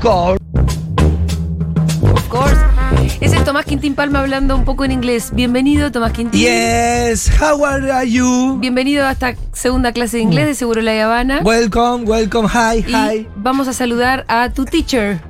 course. Of course. Es el Tomás Quintín Palma hablando un poco en inglés. Bienvenido, Tomás Quintín. Yes, how are you? Bienvenido a esta segunda clase de inglés de Seguro La Habana. Welcome, welcome, hi, Y hi. vamos a saludar a tu teacher.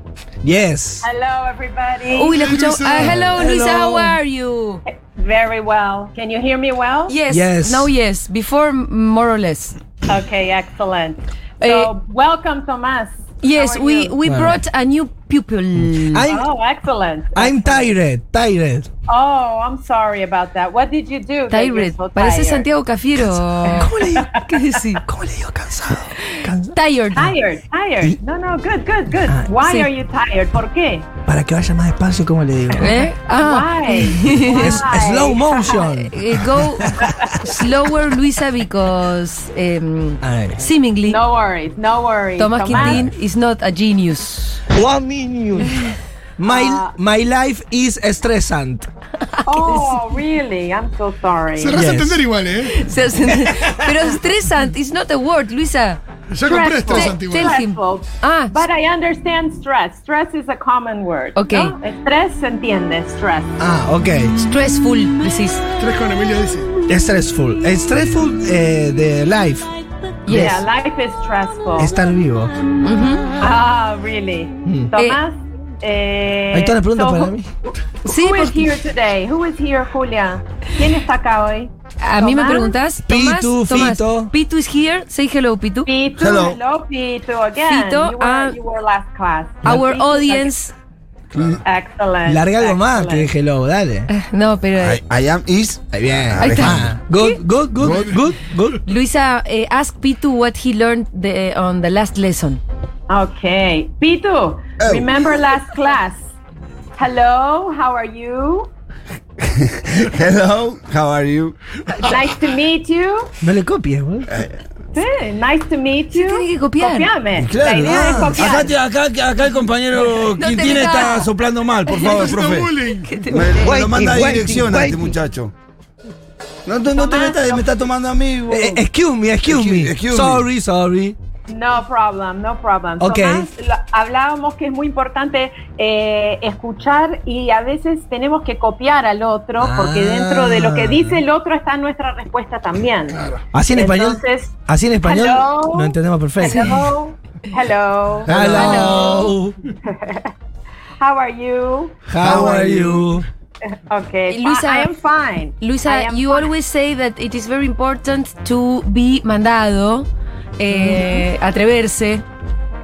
Yes. Hello, everybody. Uy, la escuchamos. Luisa. Ah, hello, Hello. Luisa, how are you? Very well. Can you hear me well? Yes, Yes. no, yes. Before, more or less. Okay, excellent. Eh, So, welcome, Tomas. Yes, How are we, you? we Bueno. brought a new pupil. I'm Oh, excellent. I'm tired, tired. Oh, I'm sorry about that. What did you do? that you're Tired. so Parece tired? Santiago Cafiero. Eh. ¿Cómo le digo? ¿Qué decir? ¿Cómo le digo cansado? Cansa- Tired. Tired, tired. No, no, good, good, good. Ah, Why sí. are you tired? ¿Por qué? Para que vaya más despacio, ¿cómo le digo? ¿Eh? Ah. Why? Es- Why? slow motion. Eh, go slower, Luisa, because um, Ay. seemingly No worries, no worries. Tomás Quintín is not a genius. One minute. My my life is stressant. ah, Oh, really? I'm so sorry. Se raza Yes. entender igual, ¿eh? Se hace- Pero stressant is not a word, Luisa. Ya compré Stressful. estrés antiguo. Tell him. Stressful. Ah, But I understand stress. Stress is a common word. Okay. ¿no? Estrés se entiende, stress. Ah, ok. stressful, decís. Tres con Emilio dice. Stressful. Stressful eh, de life. Yes. Yeah, life is stressful. Estar vivo. Ah, really? Hmm. Tomás, eh, Hay todas las preguntas so para who- mí. Sí, Who is porque- here today? Who is here, Julia? ¿Quién está acá hoy? a mí me Tomás. preguntás. Tomás, Pitu, Tomás. Fito. Pitu is here. Say hello, Pitu. Pitu, Hello. hello, Pitu again. Fito, you, um, were, ah, you were last class. Our Pitu, audience. Excellent. Larga algo más que excellent. dije hello, dale. No, pero eh, I, I am is. Ahí bien. Ahí está. Ah, Good, good, good, good, good. Luisa, eh, ask Pitu what he learned the, on the last lesson. Okay. Pitu, remember last class. Hello, how are you? Hello, how are you? Nice to meet you. No le copies, güey. Sí, nice to meet you. tiene que copiar. Ah, Copiame. La idea es copiar. Acá, te- acá- acá el compañero No te Quintín metas. está soplando mal, por favor, Haciendo profe. bullying. Me, me Waiting, lo manda a waiting, dirección a este waiting. muchacho. No, no, no te metas, me está tomando a mí. vos. Eh, excuse me, excuse me. Excuse me. sorry, sorry. No problem, no problem. Ok. Tomás, lo- hablábamos que es muy importante eh, escuchar y a veces tenemos que copiar al otro porque Ah. dentro de lo que dice el otro está nuestra respuesta también. Así en español. Entonces, así en español. hello. No entendemos perfecto. Hello, hello, Hello. how are you? How are you? Okay, Y Luisa- I, I am fine. I Luisa, am you fine. always say that it is very important to be mandado, eh, atreverse,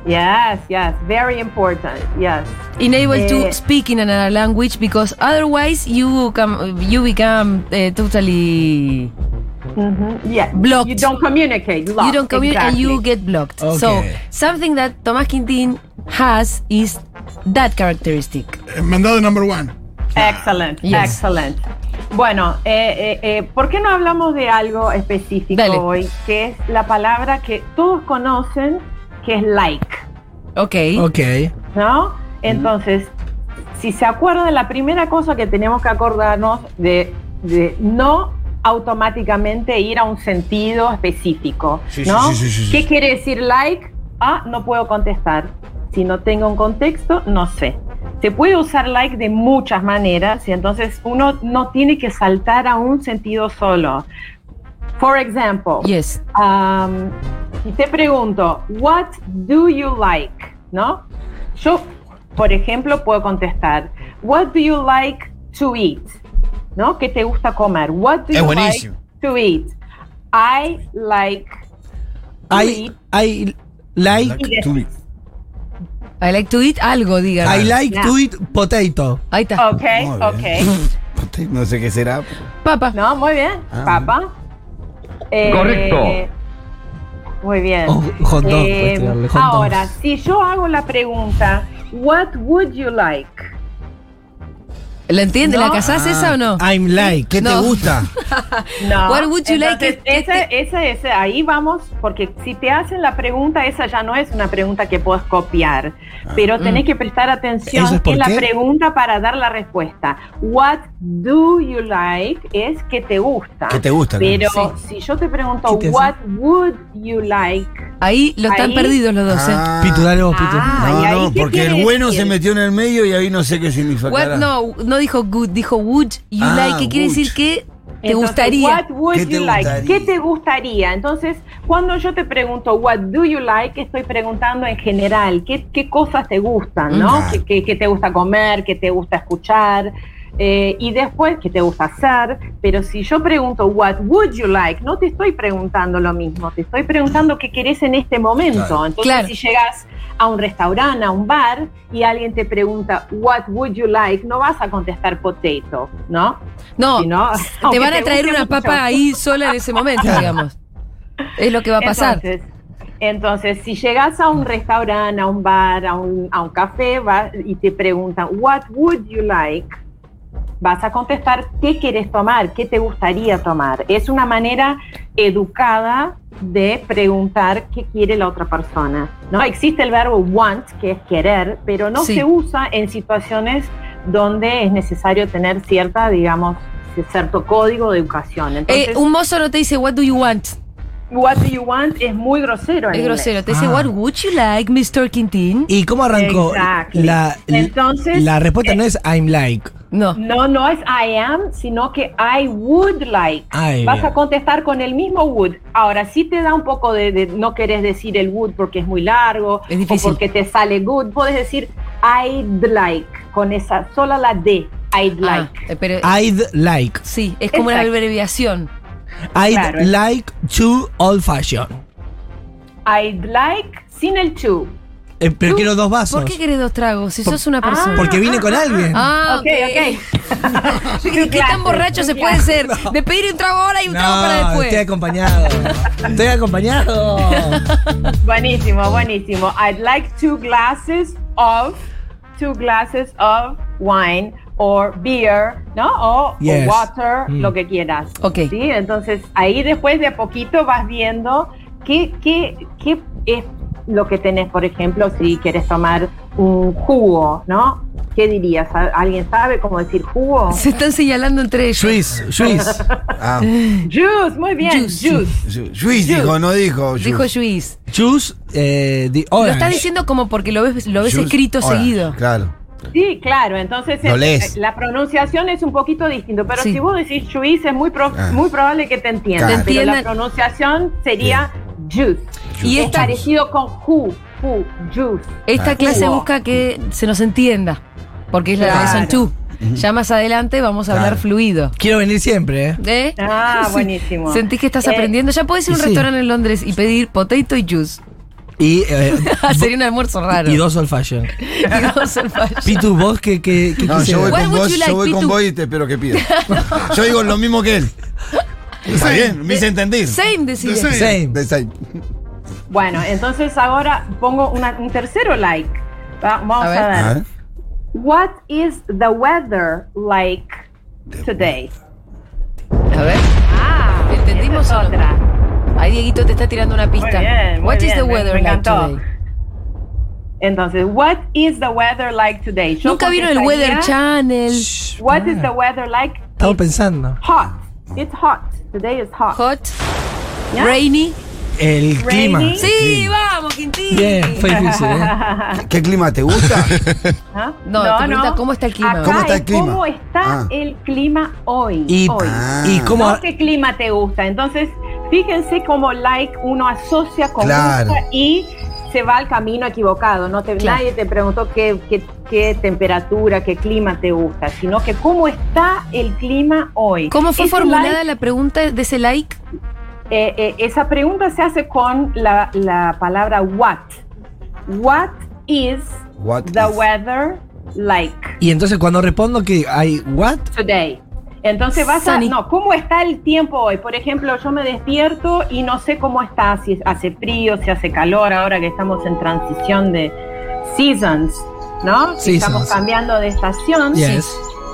Yes, yes, very important. Yes. enable to Eh. speak in another language because otherwise you come, you become eh, totally Yeah. Blocked. You don't communicate. you don't communicate and you exactly. get blocked. So Okay. something that Tomás Quintín has is that characteristic. Eh, Mandado number one. Excellent, Yes. excellent. Bueno, eh, eh, eh, ¿por qué no hablamos de algo específico Dale. hoy? Que es la palabra que todos conocen, que es like, Okay. Ok. ¿no? Entonces, si se acuerdan, la primera cosa que tenemos que acordarnos de, de no automáticamente ir a un sentido específico, Sí, sí, ¿no? sí, sí, sí, sí. ¿Qué quiere decir like? Ah, no puedo contestar. Si no tengo un contexto, no sé. Se puede usar like de muchas maneras y entonces uno no tiene que saltar a un sentido solo. For example, Yes. Um, y te pregunto, what do you like? ¿No? Yo, por ejemplo, puedo contestar, what do you like to eat? ¿No? ¿Qué te gusta comer? What do Es you buenísimo. like to eat? I like I, I like, Like to me. I like to eat algo, diga. I like Claro. to eat potato. Ahí está. Ok, Muy bien. ok. No sé qué será. Papa. No, muy bien. Ah. Papa. Eh, Correcto. Muy bien. O hot dog, Eh, puedes tirarle hot dog. ahora, si yo hago la pregunta, what would you like? ¿La entiende? ¿La No. casás esa o no? I'm like. ¿Qué No. te gusta? No. What would you like Entonces, if- esa, esa, esa, ahí vamos, porque si te hacen la pregunta, esa ya no es una pregunta que puedes copiar, pero tenés que prestar atención ¿Eso es por en la qué? pregunta para dar la respuesta. What do you like es que te gusta. ¿Qué te gusta, Pero claro. si yo te pregunto, ¿Qué te hace? what would you like? Ahí lo están Ahí. perdidos los dos, ¿eh? Ah. Pitu, dale vos, Pitu. Ah, ¿y No, ahí no, qué porque el quiere bueno decir? se metió en el medio y ahí no sé qué significa. What, no, no dijo good, dijo would you Ah, like, que quiere would. decir que te Entonces, gustaría. What would ¿Qué te you like? gustaría? ¿Qué te gustaría? Entonces, cuando yo te pregunto What do you like, estoy preguntando en general qué, qué cosas te gustan, ¿no? Mm. ¿Qué, qué- qué te gusta comer? ¿Qué te gusta escuchar? Eh, y después, ¿qué te gusta hacer? Pero si yo pregunto What would you like, no te estoy preguntando lo mismo, te estoy preguntando qué querés en este momento. Claro. Entonces, Claro. si llegas a un restaurante, a un bar, y alguien te pregunta What would you like, no vas a contestar potato, ¿no? No, Si no, te aunque van a traer guste una mucho. papa ahí sola en ese momento, digamos. Es lo que va a pasar. Entonces, entonces, si llegas a un restaurante, a un bar, a un, a un café va- y te preguntan, ¿What would you like? Vas a contestar, ¿qué quieres tomar? ¿Qué te gustaría tomar? Es una manera educada de preguntar qué quiere la otra persona. ¿no? Existe el verbo want, que es querer, pero no Sí. se usa en situaciones donde es necesario tener cierta, digamos, cierto código de educación. Entonces, Eh, un mozo no te dice what do you want. What do you want es muy grosero. en Es inglés. grosero. Te dice Ah. what would you like, Mr. Quintín. ¿Y cómo arrancó? Exactly. La, Entonces, eh, la respuesta no es I'm like. No. No, no es I am, sino que I would like. Ay, Vas bien. a contestar con el mismo would. Ahora sí te da un poco de, de- no querés decir el would porque es muy largo Es difícil. o porque te sale good. Puedes decir I'd like con esa sola la D. I'd Ah, like. eh, pero, I'd like. sí, es como Exacto. una abreviación. I'd Claro. like to old fashion. I'd like sin el to. Eh, pero ¿Tú? quiero dos vasos. ¿Por qué querés dos tragos si Por- sos una Ah. persona? Porque vine con alguien. Ah, Ok, ok. Yo dije, ¿Qué tan Clase, borracho se clase. puede ser? De pedir un trago ahora y un trago para después. estoy acompañado. Estoy acompañado. Buenísimo, buenísimo. I'd like two glasses of two glasses of wine or beer, ¿no? O, o Yes. water, Mm. lo que quieras. Ok. ¿Sí? Entonces, ahí después de a poquito vas viendo qué, qué, qué es lo que tenés, por ejemplo, si quieres tomar un jugo, ¿no? ¿Qué dirías? ¿A- ¿Alguien sabe cómo decir jugo? Se están señalando entre ellos. Swiss, Swiss. Ah, Juice, muy bien, Juice. juice. Ju- Juiz dijo, no dijo. Ju- Dijo Luis. Choose eh, the Lo está orange. diciendo como porque lo ves, lo ves Juiz- escrito Ahora, seguido. Claro. Sí, claro, entonces Lo eh, lees. la pronunciación es un poquito distinto, pero Sí. si vos decís juice es muy, pro- Ah. muy probable que te entiendan, Claro. pero la Entiendan. pronunciación sería juice. Juice. Y Y es esta- parecido con who, who, juice. Esta Ah. clase Hubo. busca que se nos entienda, porque es la Claro. lesson 2. Ya más adelante vamos a Claro. hablar fluido. Quiero venir siempre, ¿eh? ¿Eh? Ah, buenísimo. Sentís que estás Eh, aprendiendo. Ya podés ir a un sí. restaurante en Londres y pedir potato y juice. Ah, Y, eh, Sería un almuerzo raro. y dos old fashion. Y dos al fallo. Pitu, vos que, que, que No, yo voy What con would vos, you like, yo voy con Pitu? vos y te espero que pidas. yo digo lo mismo que él. Está bien, me hice entender. Same decide. The same. Same. De seis. Bueno, entonces ahora pongo una- un tercero like. Va- A vamos a ver. ver. Ah, What is the weather like today? A ver. Ah, ¿Entendimos esa es o no? otra. Ahí Dieguito te está tirando una Muy pista. bien, muy What is bien, the me- weather me like encantó. today? Entonces, what is the weather like today? Yo Nunca vieron el contestaría, Weather Channel. What is the weather like? Estamos pensando. Hot. It's hot. Today is hot. Hot. ¿Ya? Rainy. El clima. Rainy. Sí, vamos, Quintín. Bien, fue difícil, ¿eh? ¿Qué clima te gusta? ¿Ah? No, te pregunta cómo está el clima. Acá ¿Cómo está el es clima? ¿Cómo está Ah. el clima hoy? Y, hoy. y cómo. Ah. No, ¿Qué clima te gusta? Entonces, fíjense cómo like uno asocia con Claro. gusta y se va al camino equivocado. No te, Claro. Nadie te preguntó qué, qué- qué temperatura, qué clima te gusta, sino que cómo está el clima hoy. ¿Cómo fue Ese formulada like, la pregunta de ese like? eh, eh, esa pregunta se hace con la, la palabra what. What is What the is- weather like? Y entonces cuando respondo que hay what? today. Entonces vas Sunny. a, no, ¿cómo está el tiempo hoy? Por ejemplo, yo me despierto y no sé cómo está, si hace frío, si hace calor, ahora que estamos en transición de seasons, ¿no? Que Seasons. Estamos cambiando de estación. Yes.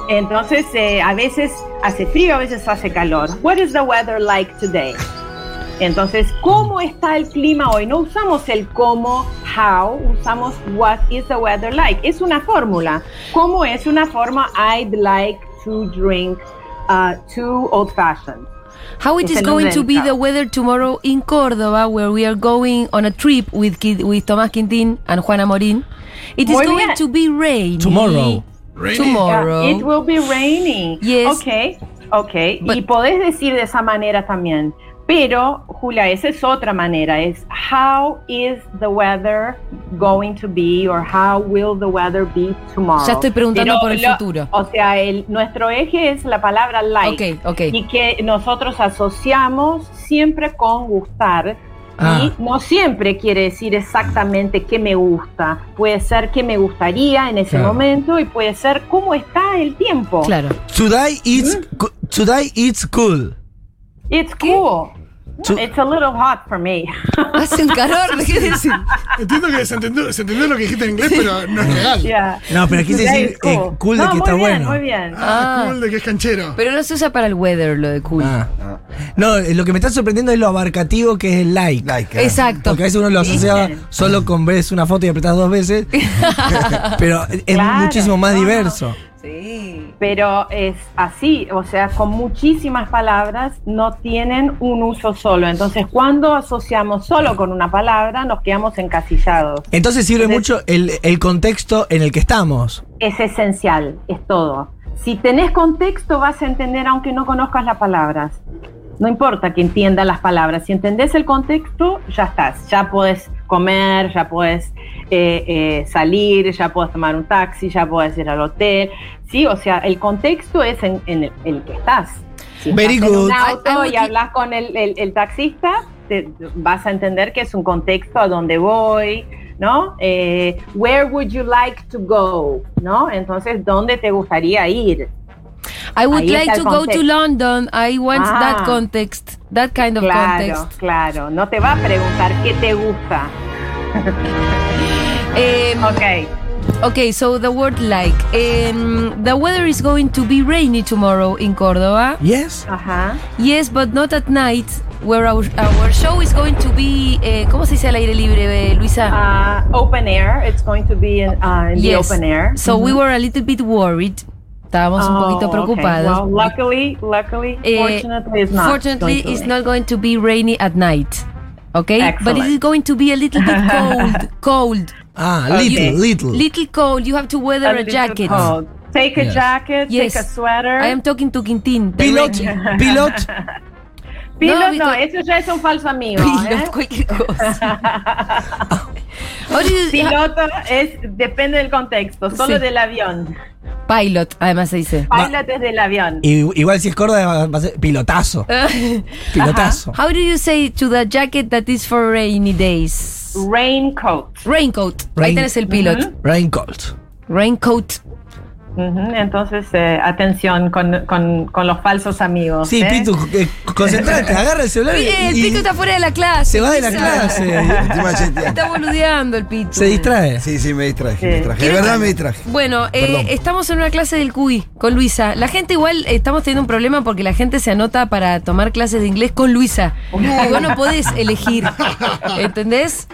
Entonces, eh, a veces hace frío, a veces hace calor. What is the weather like today? Entonces, ¿cómo está el clima hoy? No usamos el cómo, how, usamos what is the weather like. Es una fórmula. ¿Cómo es una forma? I'd like to drink uh, two old fashioned. How it Que is se nos going to be venga. the weather tomorrow in Córdoba, where we are going on a trip with Kid, with Tomás Quintín and Juana Morín. It is Muy going bien. to be rainy Tomorrow. Rainy. Tomorrow. Yeah, it will be raining. Yes. Okay, okay. y But- podés decir de esa manera también. Pero, Julia, esa es otra manera. Es how is the weather going to be or how will the weather be tomorrow. Ya estoy preguntando por el lo- futuro. O sea, el, nuestro eje es la palabra like. Ok, ok. Y que nosotros asociamos siempre con gustar. Ah. Y no siempre quiere decir exactamente qué me gusta. Puede ser qué me gustaría en ese Claro. momento y puede ser cómo está el tiempo. Claro. Today it's, co- today it's cool. It's cool. Tú- It's a little hot for me. Hace un calor, ¿qué decir? Ah. Entiendo que se entendió, se entendió lo que dijiste en inglés, pero no es legal. Yeah. No, pero quise Today decir it's eh, cool de No, que muy está bien, bueno. Muy bien. Ah, Ah. cool de que es canchero. Pero no se usa para el weather lo de cool. Ah. No, eh, lo que me está sorprendiendo es lo abarcativo que es el like. Like. eh. Exacto. Porque a veces uno lo asocia Bien. solo con ves una foto y apretás dos veces. pero es Claro, muchísimo más no. diverso. Sí. Pero es así, o sea, con muchísimas palabras no tienen un uso solo. Entonces, cuando asociamos solo con una palabra, nos quedamos encasillados. Entonces sirve Entonces- mucho el, el contexto en el que estamos. es esencial, es todo. Si tenés contexto vas a entender aunque no conozcas las palabras. No importa que entiendas las palabras, si entendés el contexto, ya estás, ya podés comer, ya podés eh, eh, salir, ya podés tomar un taxi, ya podés ir al hotel. Sí, o sea, el contexto es en, en el, el que estás. Si Very estás en good. un I- I auto would y li- hablas con el, el- el taxista, te- vas a entender que es un contexto a donde voy, ¿no? Eh, where would you like to go, ¿no? Entonces, ¿dónde te gustaría ir? I would Ahí está like el to go to contexto. London. I want Ah. that context. That kind of Claro, context. claro. No te va a preguntar qué te gusta. Eh, Ok. Okay, so the word like. Um, the weather is going to be rainy tomorrow in Cordoba. Yes. Ajá. Yes, but not at night, where our, our show is going to be. eh, ¿Cómo se dice al aire libre, eh, Luisa? Ah, open air. It's going to be in, ah, in yes. the open air. Mm-hmm. So we were a little bit worried. Estábamos un Oh, poquito okay. preocupados. Well, luckily, luckily, Eh, fortunately, it's not. Fortunately, going to it's rain. not going to be rainy at night. Okay, but it is Excellent. going to be a little bit cold. cold. Ah, Okay. little, little. Little cold. You have to weather A a, little jacket. cold. Take a Yes. jacket, Yes. take a sweater. I am talking to Quintín. the Pilot, radio. pilot. Pilot No, no, because- eso ya es un falso amigo. Pilot, ¿eh? cualquier cosa. What do you- Piloto es, depende del contexto, solo Sí. del avión. Pilot, además se dice. Pilot es del avión. Y- igual si es Córdoba va- va a ser pilotazo. Pilotazo. How do you say to the jacket that is for rainy days? Raincoat. Raincoat. Ahí Rain- tenés el pilot. Raincoat. Raincoat. Ujú, Entonces, eh, atención con, con- con los falsos amigos. Sí, ¿eh? Pitu, eh, concentrate, agarra el celular y, Oye, el Eh, y Pitu está fuera de la clase. se va de la Luisa. clase. Encima chetea. Está boludeando el Pitu. Se distrae. Sí, sí, me distraje, me Sí. distraje. De verdad me distraje. Bueno, eh, Perdón. estamos en una clase del CUI con Luisa. La gente igual eh, estamos teniendo un problema porque la gente se anota para tomar clases de inglés con Luisa. Oh, Y vos no podés elegir. ¿Entendés?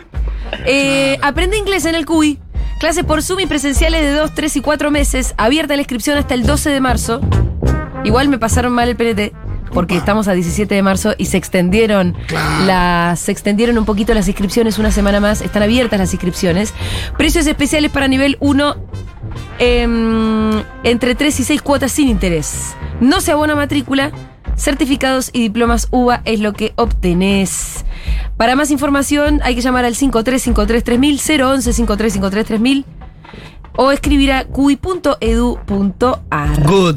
Eh, aprende inglés en el CUI. Clases por Zoom y presenciales de 2, 3 y 4 meses. Abierta la inscripción hasta el 12 de marzo. Igual me pasaron mal el PNT. Porque estamos a 17 de marzo y se extendieron las, se extendieron un poquito las inscripciones una semana más. Están abiertas las inscripciones. Precios especiales para nivel 1, em, entre 3 y 6 cuotas sin interés. No se abona matrícula. Certificados y diplomas UBA es lo que obtenés. Para más información hay que llamar al 53533000, 011 53533000 o escribir a cui.edu.ar. Good.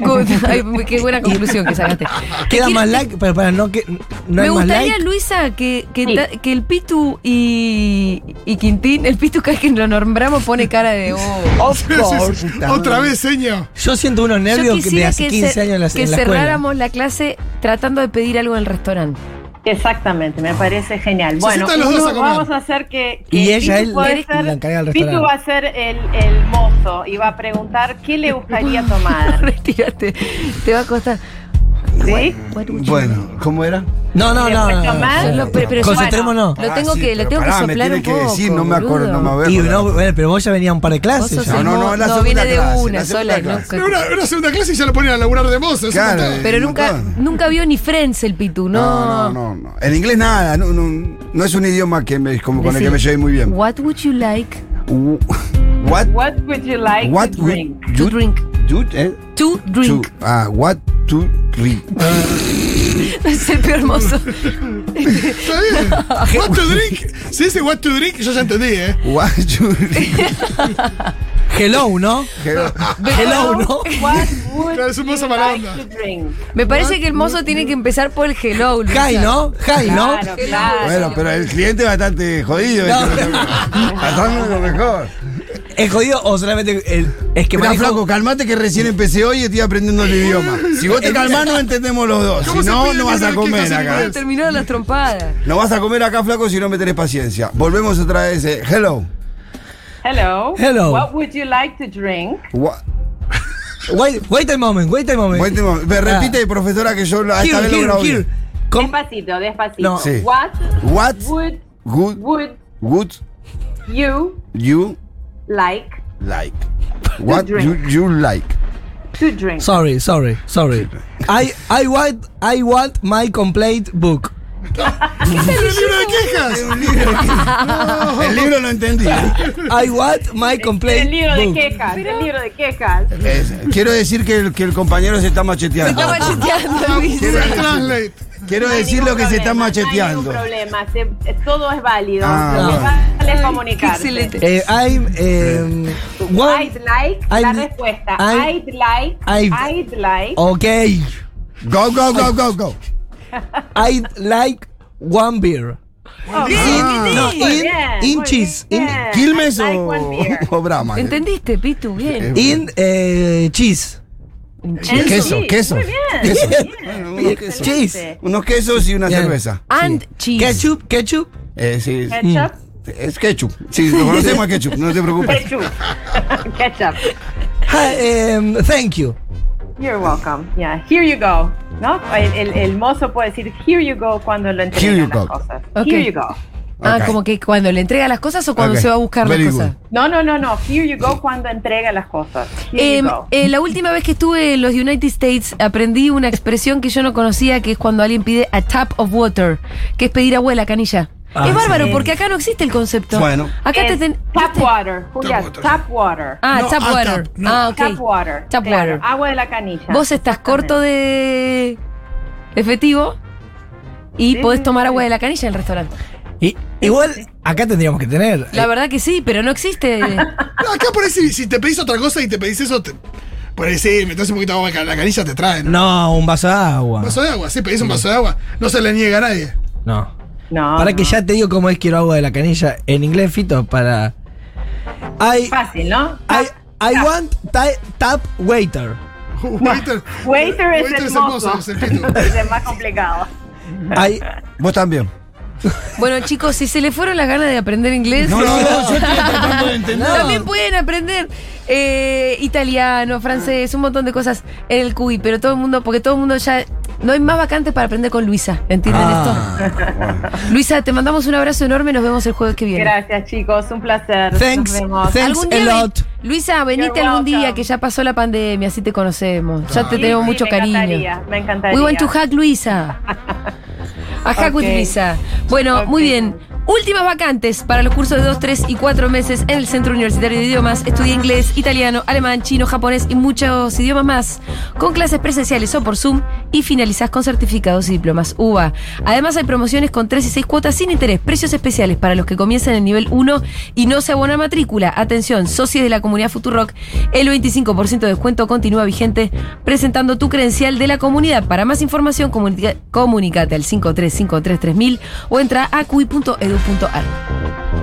Good. Ay, qué buena conclusión que sacaste. Queda Quiero- más like, pero para no que no Me hay más gustaría, like. Luisa, que, que, Sí. ta- que el Pitu y, y Quintín, el Pitu cada vez que lo nombramos pone cara de... Oh. Sí, sí, sí. Otra vez, señor. Yo siento unos Yo nervios que de quisiera hace que, 15 cer- años en la, que en la escuela. cerráramos la clase tratando de pedir algo en el restaurante. Exactamente, me parece genial. Bueno, sientan los dos uno- a comer. vamos a hacer que, que Y ella Pitu es puede la- la encargada del Pitu restaurante. va a ser el, el Ah, mozo y va a preguntar qué le gustaría tomar. Retírate, te va a costar. ¿sí? Bueno, ¿cómo era? No, no, no. no, no. Retomar. Lo- pero- pero- Concentrémonos. Lo tengo Ah, sí, que, lo pero tengo que pará, me soplar tiene un que poco. decir, no me acuerdo, no me boludo. acuerdo. Y no, bueno, pero vos ya venía un par de clases. Vos ya. sos No, no, no, el la mo- no, segunda viene de clase, una la segunda sola. no- clase. Una, una segunda clase y ya lo ponen a laburar de mozo. eso Claro. contaba. pero nunca, montón. nunca vio ni Friends el Pitu, ¿no? No, no, no, no. El inglés nada, no, no, no es un idioma que me, como con el que me llevé muy bien. What would you like Uh, What, What would you like what to would drink? to you, drink? you- eh, To to- drink. ah, what to drink. es el peor mozo. Está bien. What to drink. Si dice what to drink, yo ya entendí, ¿eh? What to drink. Hello, ¿no? Oh, Hello, ¿no? What would Claro, es un mozo you mala like onda. to drink? Me parece que el mozo tiene que empezar por el hello. Luisa. Hi, ¿no? Hi, ¿no? Claro, claro. Bueno, pero el cliente es bastante jodido. No. este, Pasando lo mejor. ¿Es jodido o solamente el, es que Mirá, manejo- flaco, calmate que recién empecé hoy y estoy aprendiendo el idioma. Si vos te calmás, no entendemos los dos. ¿Cómo Si se no, pide no el vas a libro de comer Kiko acá. Simonet? Terminó las trompadas. No vas a comer acá, flaco, si no me tenés paciencia. Volvemos otra vez. eh, Hello. Hello. Hello. What would you like to drink? What? Wait, wait a moment, wait a moment. Wait a moment. Me repite, profesora, que yo la- Ah, esta here, vez lo here, grabo here. bien. Com- Despacito, despacito. No. Sí. What, What would, good would would you you like like? What drink. you, you like? to drink? Sorry, sorry, sorry. I, I want, I want my complaint book. ¡El libro de quejas! El libro lo entendí. I want my el complaint libro de book. quejas, el libro de quejas. Es- quiero decir que el, que el compañero se está macheteando. Estaba cheteando, Luisa. Google Translate. Quiero No hay decir ningún lo que se problema, está No macheteando. hay ningún problema, se- eh, todo es válido. Ah, lo que bueno. vale es Qué comunicarse. excelente. Eh, I'm, em, one- I'd like, la I'd- respuesta. I'd- I'd like, I'd- I'd, like, okay. Go, go, go, go, go. I like one beer. Oh, Ah. No, Muy in, bien, muy inches, in, bien. ¿Quilmes I'd like one o, beer. o Brahma? ¿Entendiste, Pitu? Bien. in eh, cheese. And Queso, cheese, queso. Muy bien. Queso. bien. Bueno, unos quesos. Cheese. Unos quesos y una Bien. cerveza. And cheese. Ketchup, ketchup. Eh, sí. Mm. Ketchup. Es ketchup. Sí, lo conocemos a ketchup, no te preocupes. Ketchup. Ketchup. Hi, em, thank you. You're welcome. Yeah, here you go. ¿No? El, el- el mozo puede decir here you go cuando lo entrega Here you las go. cosas. Ok. Here you go. Ah, Ok. como que cuando le entrega las cosas o cuando Ok. se va a buscar las Very cosas. good. No, no, no, no. Here you go cuando entrega las cosas. Here Eh, you go. eh, la última vez que estuve en los United States aprendí una expresión que yo no conocía, que es cuando alguien pide a tap of water, que es pedir agua de la canilla. Ah, es bárbaro, sí. porque acá no existe el concepto. Bueno. Acá te Es ten- tap te- water. Julia, water. tap water. Ah, No, tap a water. tap, no. Ah, ok. Tap water. Tap Claro, water. Agua de la canilla. Vos estás corto de efectivo y Sí, podés sí, tomar sí. agua de la canilla en el restaurante. Y, igual, acá tendríamos que tener. eh, Eh. La verdad que sí, pero no existe. No, acá por ahí, si, si te pedís otra cosa y te pedís eso, te, por ahí sí, metés un poquito de agua en la canilla, te traen. Un No, un vaso de agua. vaso de agua, sí, pedís un vaso de agua. No se le niega a nadie. Ah, No. No. para no. que ya te digo cómo es quiero agua de la canilla en inglés, Fito, para. I, Fácil, ¿no? I, I Tap. want ta- tap waiter. Waiter, Waiter es el mozo. hermoso, es el pito. Ese es más complicado. I, Vos también. bueno, chicos, si se le fueron las ganas de aprender inglés. No, no, no, yo estoy tratando de entender. Ah. También pueden aprender eh, italiano, francés, un montón de cosas en el CUI, pero todo el mundo, porque todo el mundo ya. No hay más vacantes para aprender con Luisa, ¿entienden Ah, esto? Luisa, te mandamos un abrazo enorme, nos vemos el jueves que viene. Gracias, chicos. Un placer. Thanks. Nos vemos. Thanks Algún a día, ven- lot. Luisa, venite You're algún día welcome. que ya pasó la pandemia, así te conocemos. Ya te Sí, tenemos sí, mucho me cariño. encantaría, me encantaría. We want to hack Luisa. A hack with Ok. Luisa. Bueno, muy Ok. bien. Últimas vacantes para los cursos de 2, 3 y 4 meses en el Centro Universitario de Idiomas. Estudia inglés, italiano, alemán, chino, japonés y muchos idiomas más. Con clases presenciales o por Zoom y finalizás con certificados y diplomas UBA. Además hay promociones con 3 y 6 cuotas sin interés, precios especiales para los que comienzan en nivel 1 y no se abona matrícula. Atención, socios de la comunidad Futurock, el 25% de descuento continúa vigente presentando tu credencial de la comunidad. Para más información, comunica- comunícate al 53533000 o entra a cui.edu.ar.